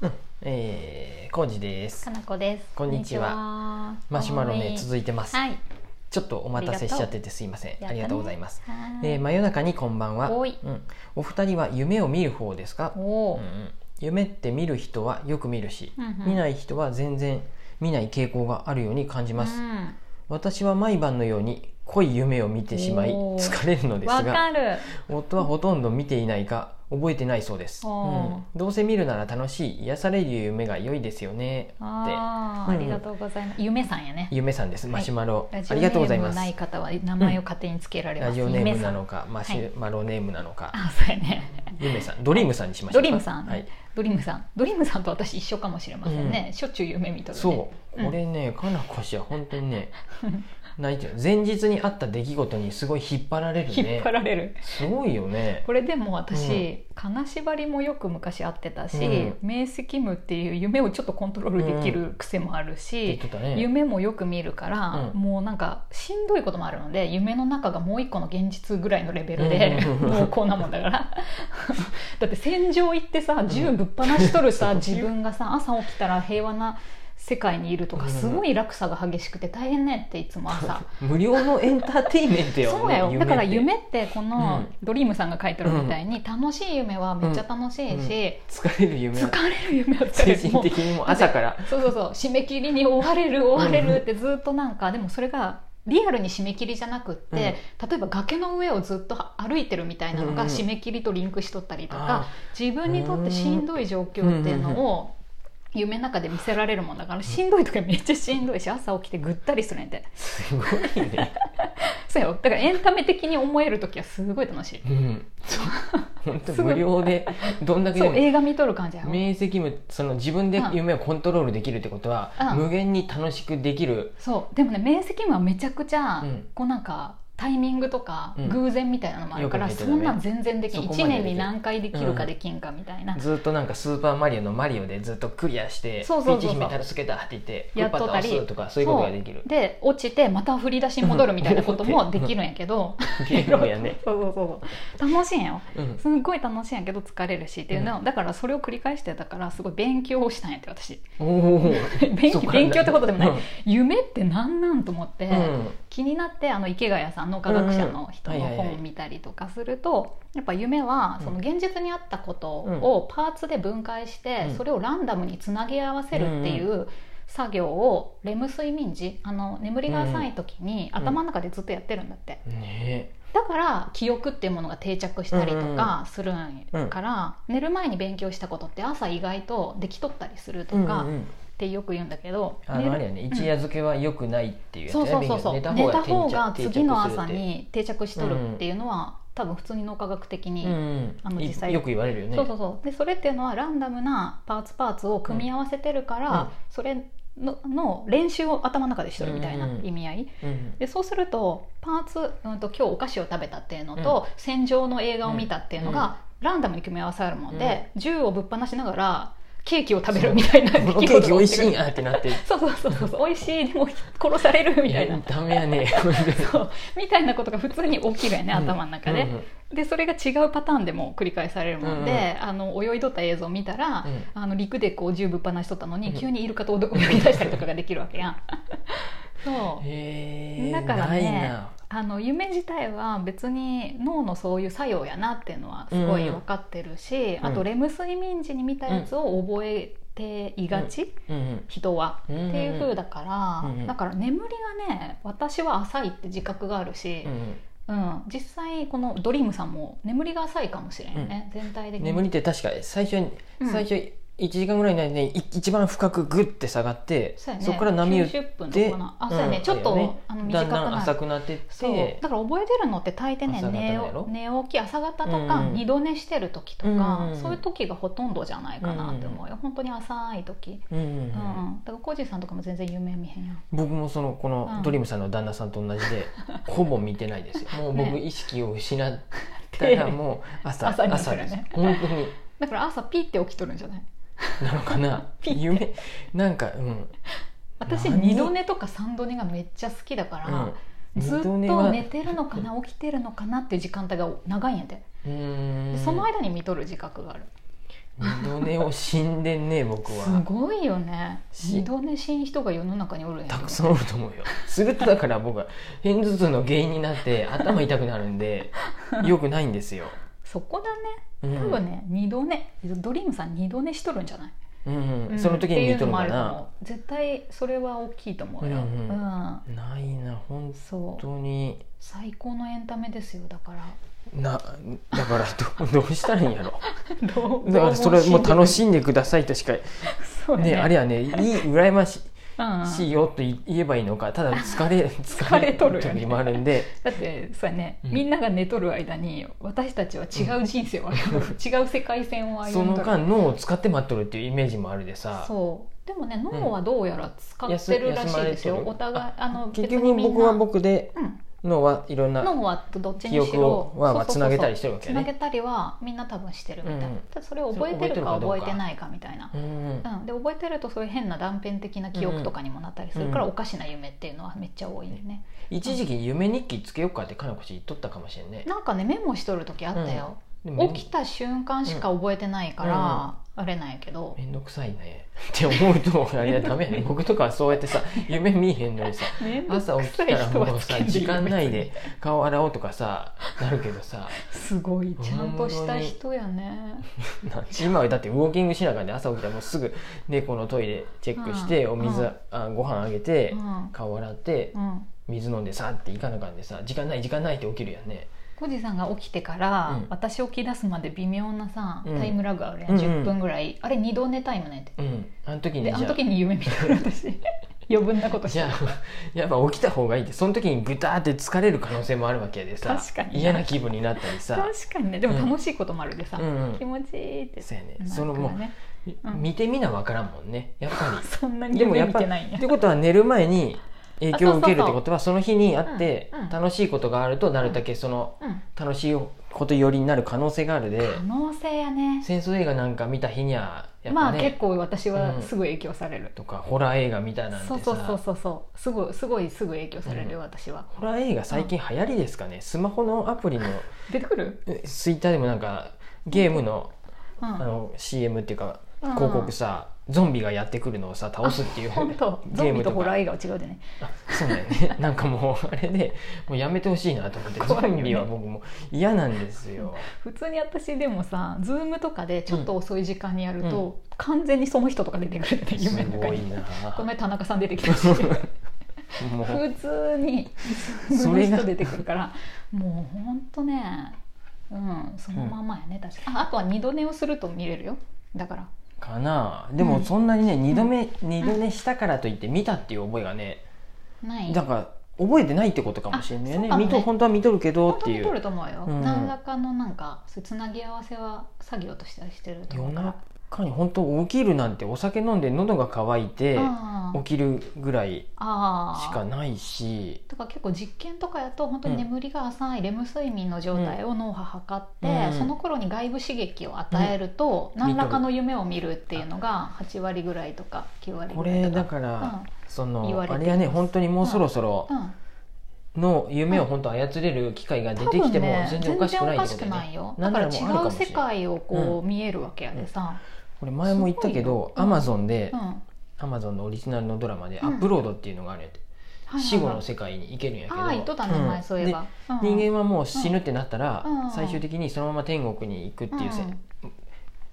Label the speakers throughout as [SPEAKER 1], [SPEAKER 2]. [SPEAKER 1] うん、えー、コージです
[SPEAKER 2] か。なこです。
[SPEAKER 1] こんにちは
[SPEAKER 2] は
[SPEAKER 1] マシュマロね、
[SPEAKER 2] い
[SPEAKER 1] 続いてます。
[SPEAKER 2] はい。
[SPEAKER 1] ちょっとお待たせしちゃっててすいません。ありがとうございます。
[SPEAKER 2] は
[SPEAKER 1] えー、
[SPEAKER 2] い。
[SPEAKER 1] 真夜中にこんばんは。
[SPEAKER 2] おい
[SPEAKER 1] うん、お二人は夢を見る方ですか
[SPEAKER 2] お。
[SPEAKER 1] うんう
[SPEAKER 2] お。
[SPEAKER 1] ん、夢って見る人はよく見るし、
[SPEAKER 2] うんうん
[SPEAKER 1] 見ない人は全然見ない傾向があるように感じます。
[SPEAKER 2] うん
[SPEAKER 1] 私は毎晩のように濃い夢を見てしまい
[SPEAKER 2] おー
[SPEAKER 1] 疲れるのです
[SPEAKER 2] わ
[SPEAKER 1] が、
[SPEAKER 2] かる。
[SPEAKER 1] 夫はほとんど見ていないか覚えてないそうです。う
[SPEAKER 2] おー
[SPEAKER 1] ん、どうせ見るなら楽しい癒される夢が良いですよね。って。
[SPEAKER 2] あ
[SPEAKER 1] う
[SPEAKER 2] あ、
[SPEAKER 1] んう
[SPEAKER 2] あ
[SPEAKER 1] ん
[SPEAKER 2] りがとうございます。夢さんやね。
[SPEAKER 1] ゆめさんです。マシュマロ、
[SPEAKER 2] ラジ
[SPEAKER 1] あり
[SPEAKER 2] オネ
[SPEAKER 1] がとうござい
[SPEAKER 2] ー
[SPEAKER 1] ま
[SPEAKER 2] ム
[SPEAKER 1] す。
[SPEAKER 2] ない方は名前を勝手につけられま
[SPEAKER 1] ラ
[SPEAKER 2] す。
[SPEAKER 1] ジオネームなの
[SPEAKER 2] か。
[SPEAKER 1] か、マシュマロネームなのか、
[SPEAKER 2] あ、そうやね。
[SPEAKER 1] ゆめさん、ドリームさんにしましょ
[SPEAKER 2] ド
[SPEAKER 1] うか。
[SPEAKER 2] リームさん、
[SPEAKER 1] はい。
[SPEAKER 2] ドリームさん、ドリームさんと私一緒かもしれませんね。しょっちゅう夢見とる、ね。
[SPEAKER 1] そう、
[SPEAKER 2] うん
[SPEAKER 1] これね、かなこ氏は本当にね、泣いてる。前日にあった出来事にすごい引っ張られる
[SPEAKER 2] 引
[SPEAKER 1] ね
[SPEAKER 2] っ。張られる。
[SPEAKER 1] すごいよね。
[SPEAKER 2] これでも私、金縛りもよく昔会ってた
[SPEAKER 1] う
[SPEAKER 2] し、
[SPEAKER 1] ん
[SPEAKER 2] 明晰夢っていう夢をちょっとコントロールできる癖もある
[SPEAKER 1] 言っ
[SPEAKER 2] し、
[SPEAKER 1] てたね。
[SPEAKER 2] 夢もよく見るから、
[SPEAKER 1] うん
[SPEAKER 2] もうなんかしんどいこともあるので夢の中がもう一個の現実ぐらいのレベルで、
[SPEAKER 1] うん
[SPEAKER 2] もうこんなもんだから だって戦場行ってさ銃ぶっ放しとるさ、自分がさ朝起きたら平和な世界にいると
[SPEAKER 1] う
[SPEAKER 2] か
[SPEAKER 1] ん
[SPEAKER 2] すごい落差が激しくて大変ねっていつも朝。
[SPEAKER 1] 無料のエンターテインメントよ。
[SPEAKER 2] そうやよだから
[SPEAKER 1] っ
[SPEAKER 2] 夢ってこ
[SPEAKER 1] う
[SPEAKER 2] の
[SPEAKER 1] ん
[SPEAKER 2] ドリームさんが書いてるみたいに楽しい夢はめっちゃ楽しいし、
[SPEAKER 1] うんうん
[SPEAKER 2] 疲れ
[SPEAKER 1] て疲れる夢は。
[SPEAKER 2] る夢は疲れ
[SPEAKER 1] 精
[SPEAKER 2] る
[SPEAKER 1] 神
[SPEAKER 2] もう
[SPEAKER 1] 的にも朝から。
[SPEAKER 2] そうそうそう締め切りに追われる追われるってずっとなんかでもそれがリアルに締め切りじゃなくって、
[SPEAKER 1] うん
[SPEAKER 2] 例えば崖の上をずっと歩いてるみたいなの
[SPEAKER 1] うんうん
[SPEAKER 2] が締め切りとリンクしとったりと
[SPEAKER 1] あ
[SPEAKER 2] か、自分にとってしんどい状況っていうのを夢の中で見せられるもんだからしんどい時はめっちゃしんどいし朝起きてぐったりするねんて
[SPEAKER 1] すごいね。
[SPEAKER 2] そうよだからエンタメ的に思える時はすごい楽しい。
[SPEAKER 1] うん。 本当無料でどんだけで
[SPEAKER 2] そう
[SPEAKER 1] も
[SPEAKER 2] 映画見とる感じや
[SPEAKER 1] 明晰夢その自分で夢をコントロールできるってことは、
[SPEAKER 2] うん
[SPEAKER 1] 無限に楽しくできる、
[SPEAKER 2] そうでもね明晰夢はめちゃくちゃ、
[SPEAKER 1] うん
[SPEAKER 2] こうなんかタイミングとか、
[SPEAKER 1] うん
[SPEAKER 2] 偶然みたいなのもあるか
[SPEAKER 1] よ
[SPEAKER 2] ら、
[SPEAKER 1] く見てた
[SPEAKER 2] そ
[SPEAKER 1] ね
[SPEAKER 2] んなん全然できん
[SPEAKER 1] そこまで
[SPEAKER 2] 1年
[SPEAKER 1] でき
[SPEAKER 2] に
[SPEAKER 1] る
[SPEAKER 2] 何回できるかできんかみたいな、
[SPEAKER 1] ずっとなんか「スーパーマリオ」のマリオでずっとクリアして
[SPEAKER 2] そうそうそうそう
[SPEAKER 1] ピーチ姫助けた」って言って
[SPEAKER 2] やっ
[SPEAKER 1] ク
[SPEAKER 2] と
[SPEAKER 1] ッパ
[SPEAKER 2] った
[SPEAKER 1] 倒
[SPEAKER 2] り
[SPEAKER 1] すとかそういうことができる
[SPEAKER 2] そうで落ちてまた振り出しに戻るみたいなこともできるんやけど、
[SPEAKER 1] ゲームやね
[SPEAKER 2] そうそうそうそう楽しいんよ
[SPEAKER 1] うん
[SPEAKER 2] すっごい楽しいんやけど疲れるしっていうのを、だからそれを繰り返してたからすごい勉強をしたんやって私
[SPEAKER 1] おお
[SPEAKER 2] 勉
[SPEAKER 1] そうか
[SPEAKER 2] 勉強ってことでもない、
[SPEAKER 1] うん
[SPEAKER 2] 夢ってなんなんと思って、
[SPEAKER 1] うん
[SPEAKER 2] 気になってあの池谷さんの科学者の人
[SPEAKER 1] うん
[SPEAKER 2] の
[SPEAKER 1] はいはいはい
[SPEAKER 2] 本を見たりとかするとやっぱ夢はその現実にあったことをパーツで分解して
[SPEAKER 1] うん
[SPEAKER 2] それをランダムにつなぎ合わせるっていう作業をレム睡眠時あの眠りが浅い時に
[SPEAKER 1] うん
[SPEAKER 2] 頭の中でずっとやってるんだって
[SPEAKER 1] ね
[SPEAKER 2] だから記憶っていうものが定着したりとかするん
[SPEAKER 1] うん
[SPEAKER 2] から寝る前に勉強したことって朝意外とできとったりする
[SPEAKER 1] え、
[SPEAKER 2] と
[SPEAKER 1] うん
[SPEAKER 2] か
[SPEAKER 1] うんうん
[SPEAKER 2] ってよく言うんだけど
[SPEAKER 1] あ
[SPEAKER 2] 寝る
[SPEAKER 1] のあれやね一夜漬けは良くないっていうやつ
[SPEAKER 2] そう
[SPEAKER 1] ね
[SPEAKER 2] そうそうそう
[SPEAKER 1] 勉
[SPEAKER 2] 寝
[SPEAKER 1] 強寝
[SPEAKER 2] た
[SPEAKER 1] た
[SPEAKER 2] 方
[SPEAKER 1] 方
[SPEAKER 2] が
[SPEAKER 1] が
[SPEAKER 2] 次の
[SPEAKER 1] 定着するっ
[SPEAKER 2] 朝
[SPEAKER 1] て
[SPEAKER 2] に定着しとるっていうのは、多分普通に脳科学的に、
[SPEAKER 1] うんうん
[SPEAKER 2] あの実際
[SPEAKER 1] よく言われるよね
[SPEAKER 2] そうそうそうでそれっていうのはランダムなパーツパーツを組み合わせてるから、
[SPEAKER 1] うんうん
[SPEAKER 2] それのの練習を頭の中でしとるみたいな
[SPEAKER 1] うん
[SPEAKER 2] 意味合い、
[SPEAKER 1] うん
[SPEAKER 2] でそうするとパーツ、うん、と今日お菓子を食べたっていうのと、戦場の映画を見たっていうの
[SPEAKER 1] うん
[SPEAKER 2] が、ランダムに組み合わさるもんで、銃をぶっ放しながらケーキを食べるみたいな
[SPEAKER 1] このケーキ美味しい
[SPEAKER 2] い
[SPEAKER 1] なってなって
[SPEAKER 2] そうそうそうそう美味しいでも殺されるみたいな
[SPEAKER 1] やダメやね
[SPEAKER 2] そうみたいなことが普通に起きるよね
[SPEAKER 1] うん
[SPEAKER 2] 頭の中で、
[SPEAKER 1] うんうん
[SPEAKER 2] でそれが違うパターンでも繰り返されるもんで、あの泳いどった映像を見たら、
[SPEAKER 1] うん
[SPEAKER 2] あの陸でこう銃ぶっ放しとったのに、
[SPEAKER 1] うん
[SPEAKER 2] 急にイルカと泳ぎ出したりとかができるわけやん そう
[SPEAKER 1] へえ
[SPEAKER 2] だからね
[SPEAKER 1] ないな
[SPEAKER 2] あの夢自体は別に脳のそういう作用やなっていうのはすごい分かってるし、
[SPEAKER 1] うん
[SPEAKER 2] あとレム睡眠時に見たやつを覚えていがち、
[SPEAKER 1] うん
[SPEAKER 2] 人は、
[SPEAKER 1] うん
[SPEAKER 2] っていう風だから、
[SPEAKER 1] うんうん
[SPEAKER 2] だから眠りがね私は浅いって自覚があるし、
[SPEAKER 1] うんうん
[SPEAKER 2] うん、実際このドリームさんも眠りが浅いかもしれんよね、全体的に
[SPEAKER 1] 眠りって確か最初に、
[SPEAKER 2] うん
[SPEAKER 1] 最初1時間ぐらいの間にい一番深くグッて下がって
[SPEAKER 2] そうやね
[SPEAKER 1] こから波打って
[SPEAKER 2] 90分とかなあそうやね、
[SPEAKER 1] ん
[SPEAKER 2] ちょっと、
[SPEAKER 1] だよね
[SPEAKER 2] あの短く
[SPEAKER 1] だんだん
[SPEAKER 2] な
[SPEAKER 1] 浅
[SPEAKER 2] る
[SPEAKER 1] くなってっ
[SPEAKER 2] そう
[SPEAKER 1] て
[SPEAKER 2] だから覚えてるのって大抵ね
[SPEAKER 1] 朝方
[SPEAKER 2] 寝
[SPEAKER 1] やろ
[SPEAKER 2] 寝起き朝方と
[SPEAKER 1] う
[SPEAKER 2] か
[SPEAKER 1] んうん
[SPEAKER 2] 二度寝してる時と
[SPEAKER 1] う
[SPEAKER 2] か、
[SPEAKER 1] んうん
[SPEAKER 2] そういう時がほとんどじゃないかなって思うよ、本当に浅い時、
[SPEAKER 1] うんうんう
[SPEAKER 2] う
[SPEAKER 1] ん
[SPEAKER 2] んうん、だからコージーさんとかも全然夢見へんやん
[SPEAKER 1] 僕もそのこ
[SPEAKER 2] う
[SPEAKER 1] の
[SPEAKER 2] ん
[SPEAKER 1] ドリームさんの旦那さんと同じ で、ほぼ見てないですよもう僕
[SPEAKER 2] ね
[SPEAKER 1] 意識を失ったらもう朝
[SPEAKER 2] 朝に
[SPEAKER 1] 朝
[SPEAKER 2] な
[SPEAKER 1] で
[SPEAKER 2] る
[SPEAKER 1] す、
[SPEAKER 2] ね
[SPEAKER 1] 本当に
[SPEAKER 2] だから朝ピーって起きとるんじゃない
[SPEAKER 1] なのかな
[SPEAKER 2] ピッて
[SPEAKER 1] 夢なんかうん
[SPEAKER 2] 私
[SPEAKER 1] 何
[SPEAKER 2] 二度寝とか三度寝がめっちゃ好きだから、
[SPEAKER 1] うん
[SPEAKER 2] ずっと
[SPEAKER 1] 二度は
[SPEAKER 2] 寝てるのかな起きてるのかなっていう時間帯が長いんやで
[SPEAKER 1] うーん
[SPEAKER 2] でその間に見とる自覚がある、
[SPEAKER 1] 二度寝を死んでんね僕
[SPEAKER 2] す
[SPEAKER 1] は
[SPEAKER 2] ごいよね
[SPEAKER 1] し
[SPEAKER 2] 二度寝しん人が世の中におるんや
[SPEAKER 1] たくさんおると思うよするとだから僕は片頭痛の原因になって頭痛くなるんでよくないんですよ、
[SPEAKER 2] そこだ
[SPEAKER 1] う
[SPEAKER 2] ね
[SPEAKER 1] ん
[SPEAKER 2] 多分ね、二度寝ドリームさん二度寝しとるんじゃない、
[SPEAKER 1] うん
[SPEAKER 2] うん
[SPEAKER 1] その時に似
[SPEAKER 2] っ
[SPEAKER 1] と
[SPEAKER 2] ていう
[SPEAKER 1] る
[SPEAKER 2] のも
[SPEAKER 1] か
[SPEAKER 2] あると
[SPEAKER 1] な
[SPEAKER 2] 思う絶対それは大きいと思うよ、
[SPEAKER 1] う
[SPEAKER 2] うん
[SPEAKER 1] う
[SPEAKER 2] ん
[SPEAKER 1] ないな本
[SPEAKER 2] そう
[SPEAKER 1] 当に
[SPEAKER 2] 最高のエンタメですよだから
[SPEAKER 1] なだから どどうしたらいいんやろ
[SPEAKER 2] どう
[SPEAKER 1] だからそれもう楽
[SPEAKER 2] し
[SPEAKER 1] しんでくださいとしか
[SPEAKER 2] そう
[SPEAKER 1] ねあれはねいい羨まし
[SPEAKER 2] うん
[SPEAKER 1] いよと言えばいいのかただ疲れ 疲
[SPEAKER 2] 疲れとるよね
[SPEAKER 1] 時もあるんで
[SPEAKER 2] だってそうやね、
[SPEAKER 1] うん
[SPEAKER 2] みんなが寝とる間に私たちは違う人生を歩む、 違う世界線を歩ん
[SPEAKER 1] その
[SPEAKER 2] だ
[SPEAKER 1] 間脳を使って待っとるっていうイメージもあるでさ
[SPEAKER 2] そうでもね脳はどうやら使ってるらしいですよ、
[SPEAKER 1] 休休まれてる
[SPEAKER 2] お互いあの
[SPEAKER 1] 結
[SPEAKER 2] 別に
[SPEAKER 1] 局
[SPEAKER 2] みんな
[SPEAKER 1] 僕は僕で
[SPEAKER 2] うん、
[SPEAKER 1] 脳はいろんな
[SPEAKER 2] 脳はどっち
[SPEAKER 1] 記
[SPEAKER 2] にし
[SPEAKER 1] 憶
[SPEAKER 2] ろ
[SPEAKER 1] をはまあ
[SPEAKER 2] そ
[SPEAKER 1] つ
[SPEAKER 2] うそ
[SPEAKER 1] な
[SPEAKER 2] うそうそう
[SPEAKER 1] げたりしてるわけ
[SPEAKER 2] つなげ
[SPEAKER 1] ね。
[SPEAKER 2] たりはみんな多分してるみたいな、
[SPEAKER 1] うんうん
[SPEAKER 2] ただそれを覚えてる
[SPEAKER 1] そ
[SPEAKER 2] か
[SPEAKER 1] れ覚えてるかどう
[SPEAKER 2] 覚
[SPEAKER 1] か
[SPEAKER 2] えてないかみたいな
[SPEAKER 1] う、ん
[SPEAKER 2] うんで覚えてるとそういう変な断片的な記憶とかにもなったりするから、
[SPEAKER 1] うん
[SPEAKER 2] おかしな夢っていうのはめっちゃ多いよね、
[SPEAKER 1] 一時期夢日記つけようかってかなこち言っとったかもしれんね。
[SPEAKER 2] なんかねメモしとる時あったよ、
[SPEAKER 1] でも
[SPEAKER 2] 起きた瞬間しか覚えてないから、あれなんやけど
[SPEAKER 1] めんどくさいねって思うとあれ はダメやね僕とかはそうやってさ夢見えへんのにさ朝起きたらもうさ時間ないで顔洗おうとかさなるけどさ
[SPEAKER 2] すごいちゃんとした人やね
[SPEAKER 1] な今はだってウォーキングしながらね朝起きたらもうすぐ猫のトイレチェックして
[SPEAKER 2] うん
[SPEAKER 1] お水
[SPEAKER 2] うん
[SPEAKER 1] あご飯あげて
[SPEAKER 2] うん
[SPEAKER 1] 顔洗って
[SPEAKER 2] うん
[SPEAKER 1] 水飲んでさっていかなかんでさ時間ない時間ないって起きるやんね
[SPEAKER 2] コジさんが起きてから、
[SPEAKER 1] うん
[SPEAKER 2] 私起き出すまで微妙なさ
[SPEAKER 1] うん
[SPEAKER 2] タイムラグあるやん、
[SPEAKER 1] うんうん
[SPEAKER 2] 10分ぐらいあれ二度寝タイムねって
[SPEAKER 1] うんあの時に
[SPEAKER 2] であ
[SPEAKER 1] じ
[SPEAKER 2] の
[SPEAKER 1] ゃあ
[SPEAKER 2] 時に夢見たら私 余分なこと し
[SPEAKER 1] じ
[SPEAKER 2] て
[SPEAKER 1] ゃあやっぱ起きた方がいいってその時にブターって疲れる可能性もあるわけでさ
[SPEAKER 2] 確かに
[SPEAKER 1] 嫌な気分になったりさ
[SPEAKER 2] 確かにねでも楽しいこともあるでさ、
[SPEAKER 1] うんうん
[SPEAKER 2] 気持ちいいって
[SPEAKER 1] そうやね
[SPEAKER 2] なるから
[SPEAKER 1] そのもう
[SPEAKER 2] ねうん
[SPEAKER 1] 見てみなわからんもんねやっぱ
[SPEAKER 2] そんな
[SPEAKER 1] り
[SPEAKER 2] に
[SPEAKER 1] でも
[SPEAKER 2] 夢
[SPEAKER 1] やっ
[SPEAKER 2] 見
[SPEAKER 1] ぱ
[SPEAKER 2] てないん
[SPEAKER 1] っ
[SPEAKER 2] や
[SPEAKER 1] てことは寝る前に影響を受けるってことはその日にあって
[SPEAKER 2] うんうん
[SPEAKER 1] 楽しいことがあるとなるだけその
[SPEAKER 2] うん
[SPEAKER 1] 楽しいことよりになる可能性があるで
[SPEAKER 2] 可能性やね
[SPEAKER 1] 戦争映画なんか見た日にはやっ
[SPEAKER 2] ま
[SPEAKER 1] ぱ
[SPEAKER 2] あ
[SPEAKER 1] ね
[SPEAKER 2] 結構私はすぐ影響される、
[SPEAKER 1] とかホラー映画みたいなん
[SPEAKER 2] そう
[SPEAKER 1] で
[SPEAKER 2] そうそう
[SPEAKER 1] さ
[SPEAKER 2] そうそうすごいすごいすぐ影響されるよ、私は
[SPEAKER 1] ホラー映画最近流行りですかねスマホのアプリの
[SPEAKER 2] 出てくる、
[SPEAKER 1] えツイッターでもなんかゲームの
[SPEAKER 2] う
[SPEAKER 1] あ
[SPEAKER 2] ん、
[SPEAKER 1] の CM っていうか
[SPEAKER 2] うん
[SPEAKER 1] 広告さゾンビがやってくるのをさ倒すっていう
[SPEAKER 2] 本当
[SPEAKER 1] ゲ
[SPEAKER 2] ゾ
[SPEAKER 1] ー
[SPEAKER 2] ンビ
[SPEAKER 1] ム
[SPEAKER 2] と
[SPEAKER 1] と
[SPEAKER 2] ホラ
[SPEAKER 1] か
[SPEAKER 2] ー映画は違うでね
[SPEAKER 1] あそうだよね なんかもうあれでもうやめてほしいなと思って
[SPEAKER 2] 怖い
[SPEAKER 1] ゾ
[SPEAKER 2] よね
[SPEAKER 1] ンビは僕もう嫌なんですよ
[SPEAKER 2] 普通に私でもさズームとかでちょっと遅い時間にやると、完全にその人とか出てくるって
[SPEAKER 1] す
[SPEAKER 2] 夢の中
[SPEAKER 1] ごい
[SPEAKER 2] に
[SPEAKER 1] な
[SPEAKER 2] この前田中さん出てきたし普
[SPEAKER 1] もう
[SPEAKER 2] 通にズー
[SPEAKER 1] そ
[SPEAKER 2] ムの
[SPEAKER 1] れが
[SPEAKER 2] 人出てくるからもうほんとねうんそのまんまやね確かああとは二度寝をすると見れるよだから
[SPEAKER 1] かなでもそんなにね二度目二度寝したからといって見たっていう覚えがね
[SPEAKER 2] ない
[SPEAKER 1] だから覚えてないってことかもしれないよね
[SPEAKER 2] あそうかもね
[SPEAKER 1] 見と本当は見とるけどっ
[SPEAKER 2] 本当
[SPEAKER 1] て
[SPEAKER 2] に
[SPEAKER 1] い
[SPEAKER 2] 取る
[SPEAKER 1] う
[SPEAKER 2] と思うよ、
[SPEAKER 1] うん
[SPEAKER 2] 何らかのなんかそうつなぎ合わせは作業としてはしてると思
[SPEAKER 1] 夜
[SPEAKER 2] うから
[SPEAKER 1] 中に本当起きるなんてお酒飲んで喉が渇いて
[SPEAKER 2] あー
[SPEAKER 1] 起きるぐらい
[SPEAKER 2] あ
[SPEAKER 1] し
[SPEAKER 2] ー
[SPEAKER 1] かないし
[SPEAKER 2] とか結構実験とかやと本当
[SPEAKER 1] う
[SPEAKER 2] に
[SPEAKER 1] ん
[SPEAKER 2] 眠りが浅いレム睡眠の状態を脳波測って、
[SPEAKER 1] うん
[SPEAKER 2] その頃に外部刺激を与えると
[SPEAKER 1] ん
[SPEAKER 2] 何らかの夢を見るっていうのが8割ぐらいとか9割
[SPEAKER 1] こ
[SPEAKER 2] ぐらい
[SPEAKER 1] れ
[SPEAKER 2] と
[SPEAKER 1] だか
[SPEAKER 2] か
[SPEAKER 1] ら、そ
[SPEAKER 2] 言
[SPEAKER 1] の
[SPEAKER 2] われて
[SPEAKER 1] あ
[SPEAKER 2] います
[SPEAKER 1] れはね本当にもうそろそろ
[SPEAKER 2] うん、うん
[SPEAKER 1] の夢を本当操れる機会が出てきても全然おかしくないってこと
[SPEAKER 2] 全然おかしく
[SPEAKER 1] だ
[SPEAKER 2] な
[SPEAKER 1] よ
[SPEAKER 2] い
[SPEAKER 1] ね
[SPEAKER 2] よ
[SPEAKER 1] な
[SPEAKER 2] だ
[SPEAKER 1] ん
[SPEAKER 2] か
[SPEAKER 1] な
[SPEAKER 2] ら
[SPEAKER 1] もあるか
[SPEAKER 2] 違
[SPEAKER 1] も
[SPEAKER 2] う
[SPEAKER 1] しれな
[SPEAKER 2] 世
[SPEAKER 1] い
[SPEAKER 2] 界をこう見えるわけやでさ、
[SPEAKER 1] これ前も言ったけど
[SPEAKER 2] す
[SPEAKER 1] ア
[SPEAKER 2] ごいようん
[SPEAKER 1] マゾンで
[SPEAKER 2] うんはい
[SPEAKER 1] アマゾンのオリジナルのドラマで
[SPEAKER 2] う
[SPEAKER 1] ア
[SPEAKER 2] ん
[SPEAKER 1] ップロードっていうのがあるんやって
[SPEAKER 2] はいはい
[SPEAKER 1] 死後の世界に行けるんやけど
[SPEAKER 2] ああ言っとったね、
[SPEAKER 1] うん
[SPEAKER 2] 前そういえば、
[SPEAKER 1] で人間はもう死ぬってなったら
[SPEAKER 2] うん
[SPEAKER 1] 最終的にそのまま天国に行くっていうせ
[SPEAKER 2] うん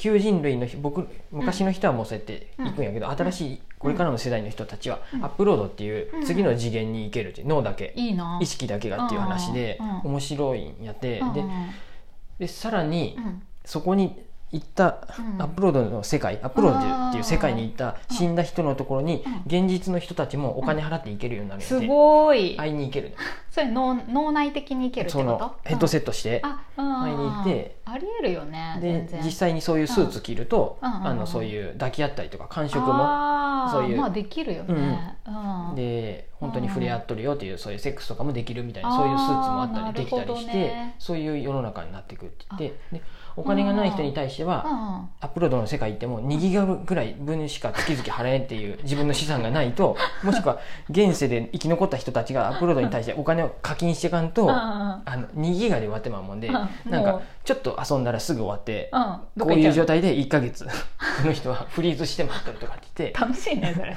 [SPEAKER 1] 旧人類の人僕昔の人はもうそうやって行くんやけど新しいこれからの世代の人たちは
[SPEAKER 2] うん
[SPEAKER 1] アップロードっていう
[SPEAKER 2] うん
[SPEAKER 1] 次の次元に行けるっていう脳だけ
[SPEAKER 2] いいな
[SPEAKER 1] 意識だけがっていう話で
[SPEAKER 2] うん
[SPEAKER 1] 面白いんやって
[SPEAKER 2] うん
[SPEAKER 1] ででさらに
[SPEAKER 2] うん
[SPEAKER 1] そこに行った
[SPEAKER 2] うん
[SPEAKER 1] アップロードの世界アップロードっていう
[SPEAKER 2] あー
[SPEAKER 1] 世界に行った死んだ人のところに
[SPEAKER 2] う
[SPEAKER 1] 現実の人たちもお金払って行けるようになるんや
[SPEAKER 2] す
[SPEAKER 1] って
[SPEAKER 2] ごい
[SPEAKER 1] 会いに行ける
[SPEAKER 2] それ脳脳内的にいけるって
[SPEAKER 1] そ
[SPEAKER 2] こ
[SPEAKER 1] の
[SPEAKER 2] と
[SPEAKER 1] ヘッド
[SPEAKER 2] ッ
[SPEAKER 1] セットして
[SPEAKER 2] ト、うんあ
[SPEAKER 1] 会いに行って
[SPEAKER 2] うんありえるよね全
[SPEAKER 1] で
[SPEAKER 2] 然
[SPEAKER 1] 実際にそういうスーツ着ると
[SPEAKER 2] うんうんうん
[SPEAKER 1] あのそういう抱き合ったりとか感触も
[SPEAKER 2] あー
[SPEAKER 1] そういう
[SPEAKER 2] まあできるよね、うん
[SPEAKER 1] で本当に触れ合っとるよっていう、そういうセックスとかもできるみたいな
[SPEAKER 2] あー
[SPEAKER 1] そういうスーツもあったりできた
[SPEAKER 2] なる
[SPEAKER 1] り
[SPEAKER 2] ほど
[SPEAKER 1] して、
[SPEAKER 2] ね
[SPEAKER 1] そういう世の中になってくるって言ってでお金がない人に対しては、
[SPEAKER 2] あ
[SPEAKER 1] アップロードの世界ってもう2ギガぐらい分しか月々払えっていう自分の資産がない ともしくは現世で生き残った人たちがアップロードに対してお金を課金していかんと。
[SPEAKER 2] あ
[SPEAKER 1] あの2ギガで割ってまうもんで
[SPEAKER 2] うん
[SPEAKER 1] なん
[SPEAKER 2] も
[SPEAKER 1] か
[SPEAKER 2] う
[SPEAKER 1] ちょっと遊んだらすぐ終わって
[SPEAKER 2] うんうんど
[SPEAKER 1] こ
[SPEAKER 2] こ
[SPEAKER 1] う
[SPEAKER 2] 行っ
[SPEAKER 1] い
[SPEAKER 2] ちゃ
[SPEAKER 1] う
[SPEAKER 2] う
[SPEAKER 1] 状態で1か月 この人はフリーズしてもらったりとかって言って
[SPEAKER 2] 楽しいねそれ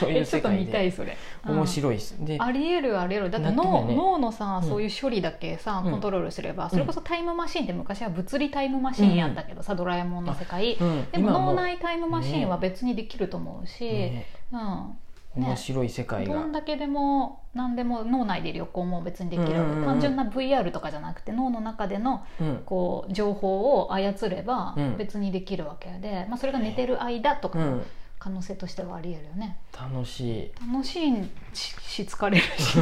[SPEAKER 1] そうい
[SPEAKER 2] え
[SPEAKER 1] う
[SPEAKER 2] ちょ
[SPEAKER 1] 世
[SPEAKER 2] っと
[SPEAKER 1] 界
[SPEAKER 2] 見た
[SPEAKER 1] で
[SPEAKER 2] いそれうん
[SPEAKER 1] 面白いですで
[SPEAKER 2] ありえるありえるだって
[SPEAKER 1] なって
[SPEAKER 2] 脳
[SPEAKER 1] ないね
[SPEAKER 2] 脳のさ
[SPEAKER 1] うん
[SPEAKER 2] そういう処理だけさ
[SPEAKER 1] うん
[SPEAKER 2] コントロールすればそれこそタイムマシンって昔は物理タイムマシンやったけどさドラえもんの世界
[SPEAKER 1] うん
[SPEAKER 2] でも
[SPEAKER 1] 今も
[SPEAKER 2] 脳内タイムマシンは別にできると思うし
[SPEAKER 1] ね
[SPEAKER 2] うん
[SPEAKER 1] 面白い世界
[SPEAKER 2] ど
[SPEAKER 1] が
[SPEAKER 2] んだけでも何でも脳内で旅行も別にできる
[SPEAKER 1] うんうんうん
[SPEAKER 2] 単純な VR とかじゃなくて脳の中での
[SPEAKER 1] うん
[SPEAKER 2] こう情報を操れば
[SPEAKER 1] うん
[SPEAKER 2] 別にできるわけでまあそれが寝てる間とか
[SPEAKER 1] う
[SPEAKER 2] も
[SPEAKER 1] ん
[SPEAKER 2] 可能性としてはありえるよね
[SPEAKER 1] 楽し い
[SPEAKER 2] 楽しいしし疲れるし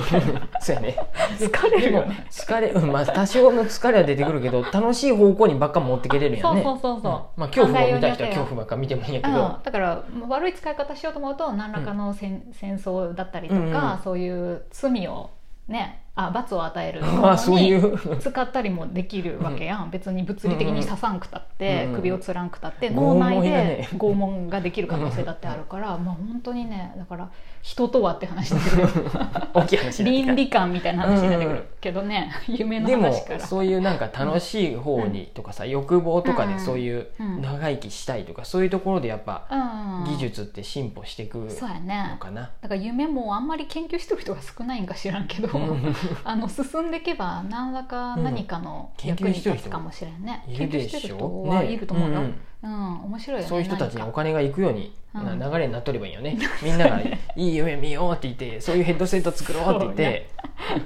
[SPEAKER 1] そうやね
[SPEAKER 2] 疲れ
[SPEAKER 1] で
[SPEAKER 2] るよ
[SPEAKER 1] も
[SPEAKER 2] ね
[SPEAKER 1] 疲れうんまあ多少の疲れは出てくるけど楽しい方向にばっか持ってけれるよ
[SPEAKER 2] そう
[SPEAKER 1] ね
[SPEAKER 2] そうそうそ
[SPEAKER 1] んまあ恐怖を見たい人は恐怖ばっか見てもいいんや
[SPEAKER 2] う、う
[SPEAKER 1] け
[SPEAKER 2] ん、
[SPEAKER 1] ど
[SPEAKER 2] だから悪い使い方しようと思うと何らかの戦,、戦争だったりとか、
[SPEAKER 1] うんうん
[SPEAKER 2] そういう罪をねあ罰を与えるも
[SPEAKER 1] まあ
[SPEAKER 2] の
[SPEAKER 1] そうい
[SPEAKER 2] に
[SPEAKER 1] う
[SPEAKER 2] 使ったりもできるわけやん、別に物理的に刺さんくたっ
[SPEAKER 1] う
[SPEAKER 2] て、
[SPEAKER 1] んうん
[SPEAKER 2] 首をつらんくたって、
[SPEAKER 1] 拷
[SPEAKER 2] 脳
[SPEAKER 1] 問
[SPEAKER 2] 内
[SPEAKER 1] や
[SPEAKER 2] で
[SPEAKER 1] ね
[SPEAKER 2] 拷問ができる可能性だってあるから、まあ本当に ねだから人とはって話だけ
[SPEAKER 1] 大きい話
[SPEAKER 2] ど
[SPEAKER 1] になってきた
[SPEAKER 2] 倫理観みたいな話になってく
[SPEAKER 1] うんう
[SPEAKER 2] る
[SPEAKER 1] ん
[SPEAKER 2] けどね、夢の
[SPEAKER 1] でも
[SPEAKER 2] 話から。
[SPEAKER 1] そういうなんか楽しい方にとかさ、欲望とかでそういう
[SPEAKER 2] うん
[SPEAKER 1] 長生きしたいとかそういうところでやっぱ
[SPEAKER 2] うん
[SPEAKER 1] 技術って進歩していく
[SPEAKER 2] そう
[SPEAKER 1] の
[SPEAKER 2] やね
[SPEAKER 1] かな。
[SPEAKER 2] だから夢もあんまり研究してる人が少ないんか知らんけど、
[SPEAKER 1] うん
[SPEAKER 2] あの進んでいけば何らか何かの
[SPEAKER 1] うん
[SPEAKER 2] 役に立つかもしれんね、
[SPEAKER 1] いるでし
[SPEAKER 2] 研究してる
[SPEAKER 1] ょ
[SPEAKER 2] 人はいると思うよ、
[SPEAKER 1] ね
[SPEAKER 2] うん面白い
[SPEAKER 1] うん
[SPEAKER 2] よね
[SPEAKER 1] そういう人たちに
[SPEAKER 2] 何
[SPEAKER 1] お
[SPEAKER 2] か
[SPEAKER 1] 金が行くように、
[SPEAKER 2] うん
[SPEAKER 1] な流れになっとればいいよね。 みんな がいい夢見ようって言って、そういうヘッドセット作ろうって言って、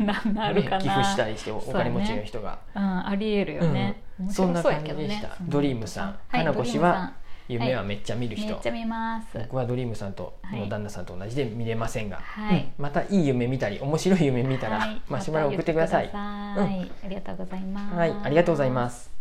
[SPEAKER 2] なな
[SPEAKER 1] ね
[SPEAKER 2] るかな
[SPEAKER 1] 寄付したりしてお
[SPEAKER 2] そうだ
[SPEAKER 1] 金
[SPEAKER 2] ね
[SPEAKER 1] 持ちの人が、
[SPEAKER 2] うん、ありえるよね、面
[SPEAKER 1] そん
[SPEAKER 2] 白
[SPEAKER 1] な
[SPEAKER 2] そうや
[SPEAKER 1] 感じ
[SPEAKER 2] けど
[SPEAKER 1] でし
[SPEAKER 2] ね
[SPEAKER 1] た。ドリームさん、
[SPEAKER 2] はい
[SPEAKER 1] 花子氏は夢はめっちゃ見
[SPEAKER 2] ド
[SPEAKER 1] る
[SPEAKER 2] リーム
[SPEAKER 1] 人。
[SPEAKER 2] さんめっちゃ見ます
[SPEAKER 1] 僕はドリームさんと
[SPEAKER 2] はい
[SPEAKER 1] の旦那さんと同じで見れませんが、
[SPEAKER 2] はい
[SPEAKER 1] うんまたいい夢見たり面白い夢見たら、
[SPEAKER 2] はい
[SPEAKER 1] マシュマロ送ってください。
[SPEAKER 2] また言ってくださいありがとうございます
[SPEAKER 1] はい、ありがとうございます。